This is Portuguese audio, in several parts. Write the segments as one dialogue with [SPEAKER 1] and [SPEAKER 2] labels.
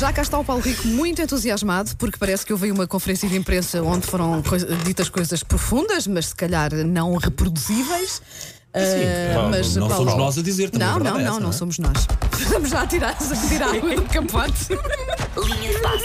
[SPEAKER 1] Já cá está o Paulo Rico muito entusiasmado, porque parece que houve uma conferência de imprensa onde foram coisa- ditas coisas profundas, mas se calhar não reproduzíveis. Ah,
[SPEAKER 2] Não,
[SPEAKER 1] mas,
[SPEAKER 2] não
[SPEAKER 1] Paulo-
[SPEAKER 2] somos nós a dizer também.
[SPEAKER 1] Não,
[SPEAKER 2] a verdade
[SPEAKER 1] não,
[SPEAKER 2] é
[SPEAKER 1] não,
[SPEAKER 2] essa,
[SPEAKER 1] não
[SPEAKER 2] é?
[SPEAKER 1] somos nós. Vamos já tirar, tirar a água do capote.
[SPEAKER 3] Linha de passe.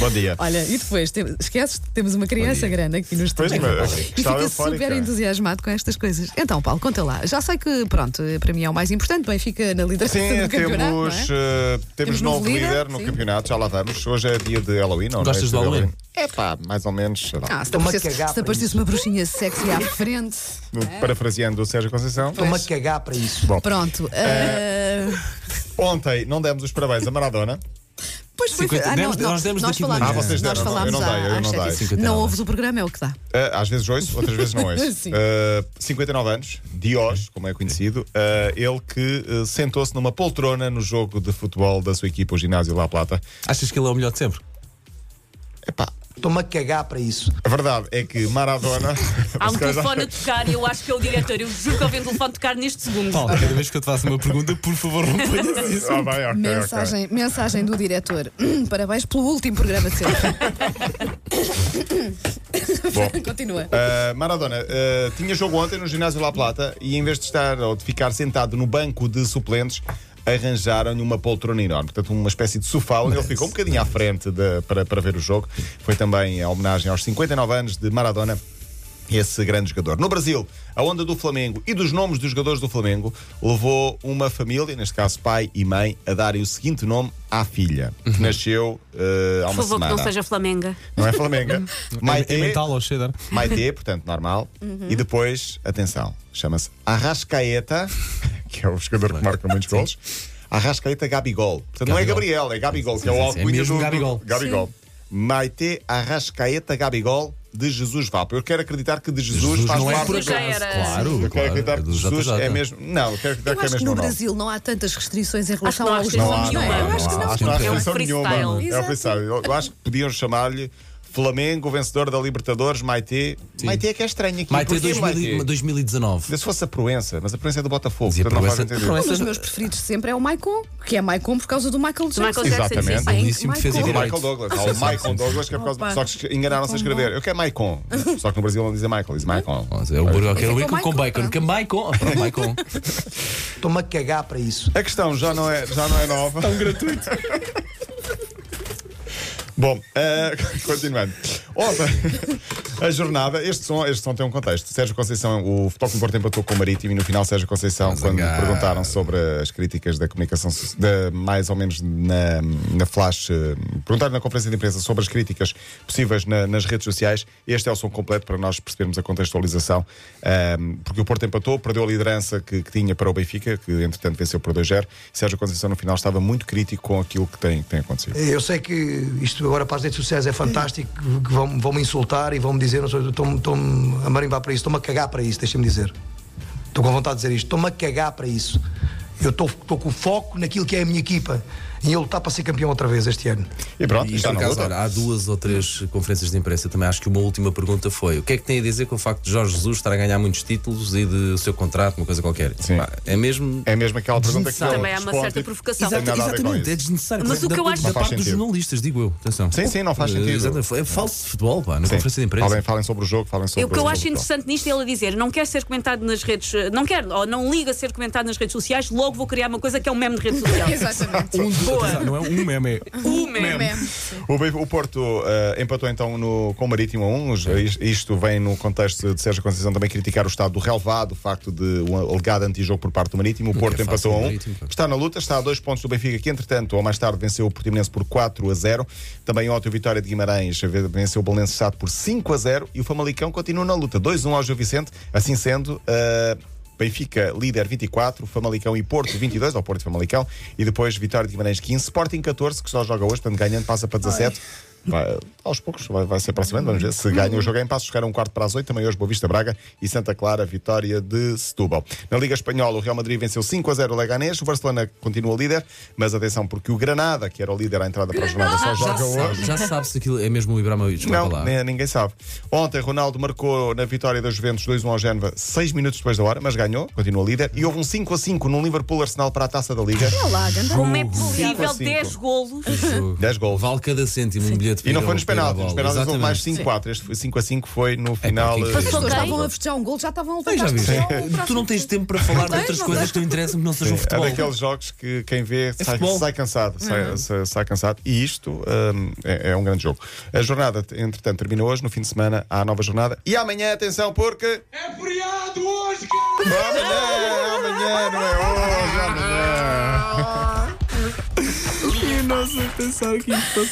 [SPEAKER 4] Bom dia.
[SPEAKER 1] Olha, e depois, te, esqueces que temos uma criança grande aqui no
[SPEAKER 4] Pois,
[SPEAKER 1] estúdio.
[SPEAKER 4] mas,
[SPEAKER 1] e
[SPEAKER 4] assim, estava
[SPEAKER 1] fica super
[SPEAKER 4] eufórica.
[SPEAKER 1] entusiasmado com estas coisas. Então, Paulo, conta lá. Já sei que, pronto, para mim é o mais importante. Benfica na liderança
[SPEAKER 4] Sim,
[SPEAKER 1] do campeonato. não é?
[SPEAKER 4] temos, eh, temos
[SPEAKER 1] Temos
[SPEAKER 4] novo
[SPEAKER 1] novo líder,
[SPEAKER 4] líder, no
[SPEAKER 1] sim.
[SPEAKER 4] campeonato, já lá vamos. Hoje é dia de Halloween, ou não?
[SPEAKER 2] Gostas
[SPEAKER 4] é?
[SPEAKER 2] do Halloween?
[SPEAKER 4] É pá, mais ou menos. sei lá.
[SPEAKER 1] Ah, se te
[SPEAKER 5] Estou-me a
[SPEAKER 1] aparecesse,
[SPEAKER 5] cagar
[SPEAKER 1] se te
[SPEAKER 5] para
[SPEAKER 1] aparecesse uma bruxinha sexy à frente. é?
[SPEAKER 4] Parafraseando o Sérgio Conceição.
[SPEAKER 5] Estou-me a cagar para isso.
[SPEAKER 4] Bom,
[SPEAKER 1] Pronto. ah,
[SPEAKER 4] ontem não demos os parabéns a Maradona.
[SPEAKER 1] Pois foi.
[SPEAKER 2] 50
[SPEAKER 1] ah, não,
[SPEAKER 2] demos-
[SPEAKER 1] não,
[SPEAKER 2] nós demos
[SPEAKER 1] nós
[SPEAKER 2] daqui de
[SPEAKER 1] falámos,
[SPEAKER 2] manhã. Ah,
[SPEAKER 4] vocês
[SPEAKER 1] nós
[SPEAKER 4] deram,
[SPEAKER 1] falámos
[SPEAKER 4] eu não dei, eu
[SPEAKER 1] à- às
[SPEAKER 4] não dei.
[SPEAKER 1] sete.
[SPEAKER 2] 50
[SPEAKER 1] Não
[SPEAKER 2] não.
[SPEAKER 1] ouves o programa, é o que dá.
[SPEAKER 4] Eh, às vezes ouço, outras vezes não ouço.
[SPEAKER 1] Sim.
[SPEAKER 4] Eh, 59 anos, Dios, como é conhecido, eh, ele que eh, sentou-se numa poltrona no jogo de futebol da sua equipa, o Ginásio La Plata.
[SPEAKER 2] Achas que ele é o melhor de sempre?
[SPEAKER 4] Epá,
[SPEAKER 5] Estou-me a cagar para isso.
[SPEAKER 4] a verdade é que Maradona.
[SPEAKER 3] Há um
[SPEAKER 4] Se calhar já-
[SPEAKER 3] telefone a tocar e eu acho que é o diretor. Eu juro que eu vi um telefone tocar neste segundo.
[SPEAKER 2] Paulo, cada vez que eu te faço uma pergunta, por favor, não ponhas isso.
[SPEAKER 4] Ah, bem, ok, ok.
[SPEAKER 1] Mensagem, mensagem do diretor. Parabéns pelo último programa de sempre.
[SPEAKER 4] Bom.
[SPEAKER 1] Continua.
[SPEAKER 4] Uh, Maradona, uh, tinha jogo ontem no ginásio La Plata e em vez de estar ou de ficar sentado no banco de suplentes, arranjaram-lhe uma poltrona enorme, portanto uma espécie de sofá onde ele ficou um bocadinho à frente de- para, para ver o jogo. Foi também a homenagem aos 59 anos de Maradona. Esse grande jogador. No Brasil, a onda do Flamengo e dos nomes dos jogadores do Flamengo levou uma família, neste caso pai e mãe, a darem o seguinte nome à filha, que nasceu uh, há uma
[SPEAKER 3] Uhum. Por favor, que
[SPEAKER 4] semana.
[SPEAKER 3] não seja Flamenga.
[SPEAKER 4] Não é Flamenga.
[SPEAKER 2] É, é
[SPEAKER 4] Maitê-
[SPEAKER 2] mental ou cheddar?
[SPEAKER 4] Maite, portanto, normal.
[SPEAKER 1] Uhum.
[SPEAKER 4] E depois, atenção, chama-se Arrascaeta, que é o jogador que marca muitos gols. Arrascaeta Gabigol. Portanto, não é
[SPEAKER 2] Gabigol.
[SPEAKER 4] Gabriel, é Gabigol, que é
[SPEAKER 2] Sim,
[SPEAKER 4] o
[SPEAKER 2] sim, sim. É
[SPEAKER 4] alcunha
[SPEAKER 2] mesmo
[SPEAKER 4] do, do-
[SPEAKER 2] Gabigol.
[SPEAKER 4] Gabigol. Maite Arrascaeta Gabigol de Jesus Vapo. Eu quero acreditar que de Jesus, faz
[SPEAKER 2] não é
[SPEAKER 4] parte
[SPEAKER 2] por
[SPEAKER 4] do
[SPEAKER 2] acaso.
[SPEAKER 3] Já era.
[SPEAKER 2] Claro,
[SPEAKER 4] Eu quero
[SPEAKER 2] claro.
[SPEAKER 4] acreditar
[SPEAKER 2] é
[SPEAKER 4] que
[SPEAKER 2] do
[SPEAKER 4] Jesus
[SPEAKER 2] JJ.
[SPEAKER 4] é mesmo. Não, eu quero acreditar
[SPEAKER 1] Eu
[SPEAKER 4] que é
[SPEAKER 1] acho que
[SPEAKER 4] mesmo
[SPEAKER 1] no
[SPEAKER 4] o nome.
[SPEAKER 1] Brasil não há tantas restrições em relação
[SPEAKER 3] não há
[SPEAKER 1] aos
[SPEAKER 3] restrição
[SPEAKER 4] Não há,
[SPEAKER 1] nomes, não é?
[SPEAKER 3] nenhuma.
[SPEAKER 1] Eu acho que
[SPEAKER 2] Não há.
[SPEAKER 1] não.
[SPEAKER 4] Acho que não há
[SPEAKER 2] É um
[SPEAKER 4] restrição
[SPEAKER 3] freestyle.
[SPEAKER 4] nenhuma. É um
[SPEAKER 1] Exato.
[SPEAKER 4] freestyle. Eu eu acho que podiam chamar-lhe Flamengo, vencedor da Libertadores, Maite. Maite é que é estranho aqui.
[SPEAKER 2] Vai ter
[SPEAKER 4] Porquê
[SPEAKER 2] 2000 2019.
[SPEAKER 4] Se fosse a Proença, mas a Proença é do Botafogo.
[SPEAKER 2] Dizia
[SPEAKER 4] portanto não faz
[SPEAKER 2] Proença-
[SPEAKER 4] sentido.
[SPEAKER 2] Proença-
[SPEAKER 1] Um dos meus preferidos de sempre é o Maicon, que é Maicon por causa do Michael Jackson.
[SPEAKER 3] Michael Jackson,
[SPEAKER 4] Exatamente.
[SPEAKER 3] sim, sim.
[SPEAKER 2] Belíssimo que fez
[SPEAKER 4] E
[SPEAKER 2] em
[SPEAKER 4] do
[SPEAKER 2] direito.
[SPEAKER 4] Michael Douglas. Há o Michael Douglas, que é por causa.
[SPEAKER 1] Opa.
[SPEAKER 4] Só que enganaram-se a escrever. Eu quero Maicon. Só que no Brasil não dizem Michael, dizem Maicon.
[SPEAKER 2] Mas É o
[SPEAKER 1] Fica
[SPEAKER 2] burger, quero
[SPEAKER 1] com
[SPEAKER 2] bacon com
[SPEAKER 1] bacon,
[SPEAKER 2] bacon. Com bacon. Ah, pronto, bacon.
[SPEAKER 5] Estou-me a cagar para isso.
[SPEAKER 4] A questão já não é, já não é nova. Tão gratuito. Bom, eh, continuando. Ontem, a jornada, este som, este som tem um contexto. Sérgio Conceição, o Futebol Clube do Porto empatou com o Marítimo e no final Sérgio Conceição, quando
[SPEAKER 2] engar.
[SPEAKER 4] perguntaram sobre as críticas da comunicação, so- da, mais ou menos na, na flash, eh, perguntaram na conferência de imprensa sobre as críticas possíveis na- nas redes sociais. Este é o som completo para nós percebermos a contextualização, ehm, porque o Porto empatou, perdeu a liderança que, que tinha para o Benfica, que entretanto venceu por 2-0. Sérgio Conceição no final estava muito crítico com aquilo que tem, que tem acontecido.
[SPEAKER 5] Eu sei que isto agora para as redes sociais é fantástico, que vão, vão me insultar e vão me dizer, não sei, estou-me estou-me a marimbar para isso, estou-me a cagar para isso, deixa-me dizer. Estou com vontade de dizer isto, estou-me a cagar para isso. Eu estou estou com foco naquilo que é a minha equipa e eu lutar para ser campeão outra vez este ano.
[SPEAKER 4] E pronto,
[SPEAKER 2] E
[SPEAKER 4] está
[SPEAKER 2] por
[SPEAKER 4] na
[SPEAKER 2] acaso,
[SPEAKER 4] luta.
[SPEAKER 2] olha, há duas ou três conferências de imprensa também. Acho que uma última pergunta foi: o que é que tem a dizer com o facto de Jorge Jesus estar a ganhar muitos títulos e de o seu contrato, uma coisa qualquer?
[SPEAKER 4] Sim.
[SPEAKER 2] Pá, É mesmo.
[SPEAKER 4] É mesmo aquela pergunta que
[SPEAKER 2] Desnecessário.
[SPEAKER 4] ele
[SPEAKER 3] Também há uma
[SPEAKER 4] responde,
[SPEAKER 3] certa
[SPEAKER 4] tipo,
[SPEAKER 3] provocação.
[SPEAKER 4] Exato. nada a ver com
[SPEAKER 2] exatamente,
[SPEAKER 4] isso.
[SPEAKER 2] é desnecessário.
[SPEAKER 3] Mas o
[SPEAKER 2] da,
[SPEAKER 3] que eu
[SPEAKER 2] da-
[SPEAKER 3] acho-
[SPEAKER 2] da
[SPEAKER 3] Não
[SPEAKER 4] faz
[SPEAKER 2] parte dos
[SPEAKER 4] sentido.
[SPEAKER 2] jornalistas, digo eu. Atenção.
[SPEAKER 4] Sim, sim, não faz
[SPEAKER 2] Eh,
[SPEAKER 4] sentido.
[SPEAKER 2] exatamente, é falso de futebol, pá, na
[SPEAKER 4] Sim. Tá
[SPEAKER 2] conferência de imprensa.
[SPEAKER 4] Falem, falem sobre o jogo, falem sobre
[SPEAKER 3] Eu, o que eu
[SPEAKER 4] sobre
[SPEAKER 3] acho
[SPEAKER 4] futebol.
[SPEAKER 3] interessante nisto é ele dizer: não quer ser comentado nas redes, eh, não quer ou não liga a ser comentado nas redes sociais, logo vou criar uma coisa que é um meme de rede social.
[SPEAKER 1] Exatamente.
[SPEAKER 2] Um,
[SPEAKER 3] Boa.
[SPEAKER 2] atenção, não é um meme, é
[SPEAKER 3] Um meme.
[SPEAKER 1] Mesmo.
[SPEAKER 4] O, Ben- o Porto eh, empatou então no, com o Marítimo a 1. Isto vem no contexto de Sérgio Conceição também criticar o estado do relevado, o facto de um alegado antijogo por parte do Marítimo. O Porto
[SPEAKER 2] é fácil
[SPEAKER 4] empatou a
[SPEAKER 2] do
[SPEAKER 4] 1.
[SPEAKER 2] Marítimo, claro.
[SPEAKER 4] Está na luta, está a dois pontos do Benfica, que entretanto, ou mais tarde, venceu o Portimonense por 4 a 0. Também ontem o Vitória de Guimarães venceu o Balenço Estado por 5 a 0. E o Famalicão continua na luta, 2 a 1 ao Gil Vicente. Assim sendo, eh, Benfica líder 24, Famalicão e Porto 22, ao Porto e Famalicão, e depois Vitória de Guimarães 15, Sporting 14, que só joga hoje, portanto ganhando passa para 17. vai- aos poucos vai, vai se aproximando. Vamos ver se ganha o jogo em Passos. Chegaram um quarto para as oito. Também hoje Boa Vista Braga e Santa Clara, vitória de Setúbal. Na Liga Espanhola, o Real Madrid venceu 5 a 0 o Leganés. O Barcelona continua líder, mas atenção, porque o Granada, que era o líder à entrada para a jornada, só
[SPEAKER 2] Já
[SPEAKER 4] joga
[SPEAKER 2] se
[SPEAKER 4] hoje.
[SPEAKER 2] sabe, já se sabe se aquilo é mesmo o Ibrahimovic.
[SPEAKER 4] Não, é.
[SPEAKER 2] desculpa lá.
[SPEAKER 4] nem- ninguém sabe. Ontem, Ronaldo marcou na vitória da Juventus 2-1 ao Génova 6 minutos depois da hora, mas ganhou, continua líder. E houve um 5 a 5 num Liverpool-Arsenal para a taça da Liga.
[SPEAKER 1] Olá, ganda.
[SPEAKER 3] Como é
[SPEAKER 4] Cinco a
[SPEAKER 3] possível
[SPEAKER 4] cinco.
[SPEAKER 3] 10 golos?
[SPEAKER 4] 10 gols.
[SPEAKER 2] Vale cada cêntimo um bilhete
[SPEAKER 4] E
[SPEAKER 2] para ir
[SPEAKER 4] não foi
[SPEAKER 2] ao-
[SPEAKER 4] nos
[SPEAKER 2] para ir à
[SPEAKER 4] penaltis. Nos
[SPEAKER 2] bola.
[SPEAKER 4] penaltis houve mais
[SPEAKER 2] Exatamente. É
[SPEAKER 4] 5-4. Este 5-5 foi no final.
[SPEAKER 2] porque
[SPEAKER 4] eh,
[SPEAKER 2] Mas
[SPEAKER 1] As
[SPEAKER 2] as
[SPEAKER 1] pessoas
[SPEAKER 2] Ok.
[SPEAKER 1] estavam a festejar um gol, já estavam a
[SPEAKER 2] Ai,
[SPEAKER 1] levantar
[SPEAKER 2] já
[SPEAKER 1] as
[SPEAKER 2] viste?
[SPEAKER 1] pessoas ao
[SPEAKER 2] Tu
[SPEAKER 1] próximo.
[SPEAKER 2] não tens tempo para falar de outras
[SPEAKER 1] não
[SPEAKER 2] coisas
[SPEAKER 1] tens.
[SPEAKER 2] que não interessam que não sejam
[SPEAKER 4] É
[SPEAKER 2] futebol.
[SPEAKER 4] daqueles jogos que quem vê sai,
[SPEAKER 2] futebol. Uhum.
[SPEAKER 4] sai cansado, sai, sai- sai cansado. E isto hum, é, é um grande jogo. A jornada, entretanto, termina hoje. No fim de semana há a nova jornada. E amanhã, atenção, porque.
[SPEAKER 6] É feriado hoje, cara!
[SPEAKER 4] Amanhã, amanhã, não é hoje, amanhã.
[SPEAKER 2] E nós a pensar que isto passava.